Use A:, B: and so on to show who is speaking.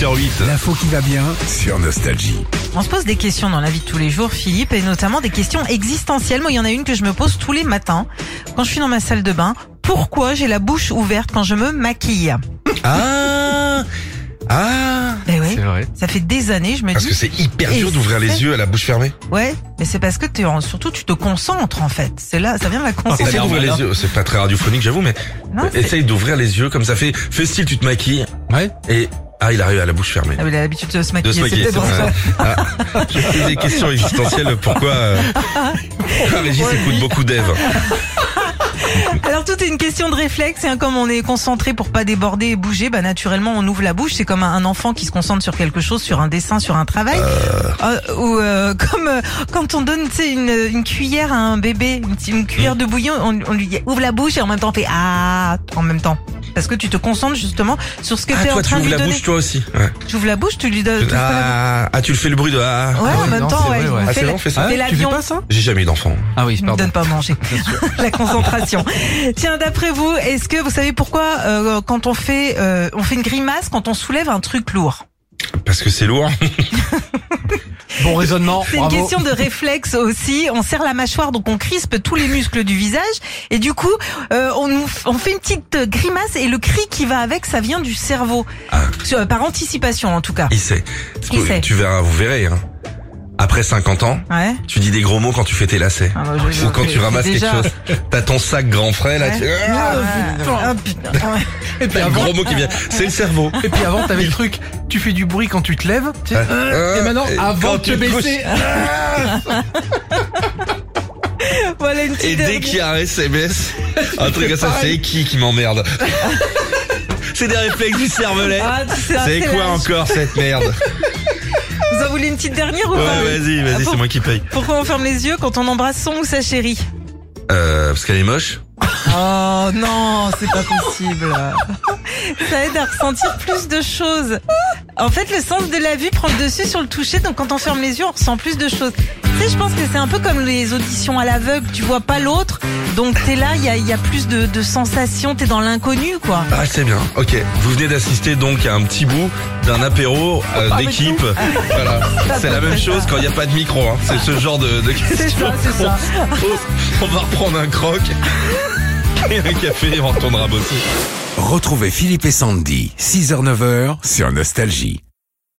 A: 8h08.
B: L'info qui va bien sur Nostalgie.
C: On se pose des questions dans la vie de tous les jours, Philippe, et notamment des questions existentielles. Moi, il y en a une que je me pose tous les matins quand je suis dans ma salle de bain. Pourquoi j'ai la bouche ouverte quand je me maquille
B: Ah Ah
C: Ben oui,
A: C'est vrai.
C: ça fait des années, je me
B: Parce que
C: dis.
B: c'est hyper
C: Et
B: dur d'ouvrir
C: c'est- Ah,
B: les yeux à la bouche fermée.
C: Ouais, mais c'est parce que t'es en- surtout tu te concentres en fait. C'est là, ça vient de la
B: Essaye
C: concentration.
B: d'ouvrir les yeux. C'est pas très radiophonique, j'avoue, mais
C: Non, c'est-
B: essaye d'ouvrir les yeux comme ça. Fait, fais style, tu te maquilles.
A: Ouais.
B: Et, ah, il arrive à la bouche fermée.
C: Ah, mais il a l'habitude de se
B: De se
C: maquiller,
B: maquiller.
C: c'est peut-être pour
B: c'est
C: ça.
B: vrai. Ah, je pose des questions existentielles. Pourquoi, euh, pourquoi Régis écoute beaucoup d'Ève
C: Alors tout est une question de réflexe. hein. Comme on est concentré pour pas déborder et bouger, bah naturellement on ouvre la bouche. C'est comme un un enfant qui se concentre sur quelque chose, sur un dessin, sur un travail. Euh, ou euh, comme euh, quand on donne tu sais, une, une cuillère à un bébé, une, petite- une
B: Mm.
C: cuillère de bouillon, on, on lui dit, ouvre la bouche et en même temps on fait ah en même temps. Parce que tu te concentres justement sur ce que
B: Ah,
C: tu es en
B: toi, tu
C: train de
B: ouvres
C: lui
B: la
C: donner.
B: bouche, toi aussi. Ouais.
C: Tu ouvres la bouche, tu lui donnes. tu ouvres la bouche.
B: Ah, ah, tu le fais le bruit de ah.
C: Ouais,
A: Ah
C: en
A: oui,
C: même
A: non,
C: temps,
A: c'est
C: ouais,
A: vrai,
C: il
A: ouais.
C: me
B: Ah,
C: fait
B: c'est
C: la-
B: vrai, on fait ça
C: il me fait l'avion.
A: ça
B: J'ai jamais eu d'enfant.
A: Ah oui,
C: Il me
A: pardon.
C: donne pas à manger. la concentration. Tiens, d'après vous, est-ce que vous savez pourquoi euh, quand on fait euh, on fait une grimace quand on soulève un truc lourd
B: Parce que c'est lourd.
A: Bon raisonnement.
C: C'est une
A: bravo.
C: question de réflexe aussi. On serre la mâchoire, donc on crispe tous les muscles du visage, et du coup, euh, on, nous f- on fait une petite grimace et le cri qui va avec, ça vient du cerveau,
B: Ah.
C: Sur- euh, par anticipation en tout cas.
B: Il sait.
C: Il sait.
B: Tu verras, vous verrez. hein. Après 50 ans,
C: Ouais.
B: tu dis des gros mots quand tu fais tes lacets.
C: Ah, bah, je- je-
B: Ou quand tu
C: je-
B: ramasses
C: déjà.
B: quelque chose. T'as ton sac grand frais là.
C: Ouais.
B: tu-
C: Ah,
B: Ah,
C: ah, putain. Ouais.
A: Et puis
B: T'as le
A: avant,
B: gros mot qui vient. C'est le cerveau.
A: et puis avant, t'avais le truc. Tu fais du bruit quand tu te lèves. tu sais,
B: Ouais.
A: euh, et maintenant,
B: Et
A: avant
B: quand
A: de
B: tu
A: te
B: te
A: baisser.
C: Voilà une
B: Et
C: petite.
B: dès qu'il y a un SMS, un truc comme ça,
A: pareil.
B: c'est qui qui m'emmerde C'est des réflexes du cervelet.
C: Ah, tu sais,
B: C'est
C: c'est
B: quoi
C: lâche.
B: encore cette merde
C: Vous en voulez une petite dernière ou
B: Ouais,
C: pas
B: vas-y,
C: Ah,
B: vas-y,
C: pour-
B: c'est moi qui paye.
C: Pourquoi on ferme les yeux quand on embrasse son ou sa chérie
B: Euh, parce qu'elle est moche.
C: Oh non, c'est pas possible. Ça aide à ressentir plus de choses. En fait, le sens de la vue prend le dessus sur le toucher, donc quand on ferme les yeux, on ressent plus de choses. Tu sais, je pense que c'est un peu comme les auditions à l'aveugle, tu vois pas l'autre, donc t'es là, il y a, il y a plus de, de sensations, t'es dans l'inconnu, quoi.
B: Ah, c'est bien. Ok. Vous venez d'assister donc à un petit bout d'un apéro euh,
C: Avec
B: d'équipe.
C: nous.
B: Voilà. C'est la même chose quand il n'y a pas de micro. hein. C'est ce genre de, de
C: C'est
B: questions.
C: ça, c'est ça.
B: On, on va reprendre un croc et un café et on retournera bosser.
D: Retrouvez Philippe et Sandy, 6h-9h sur Nostalgie.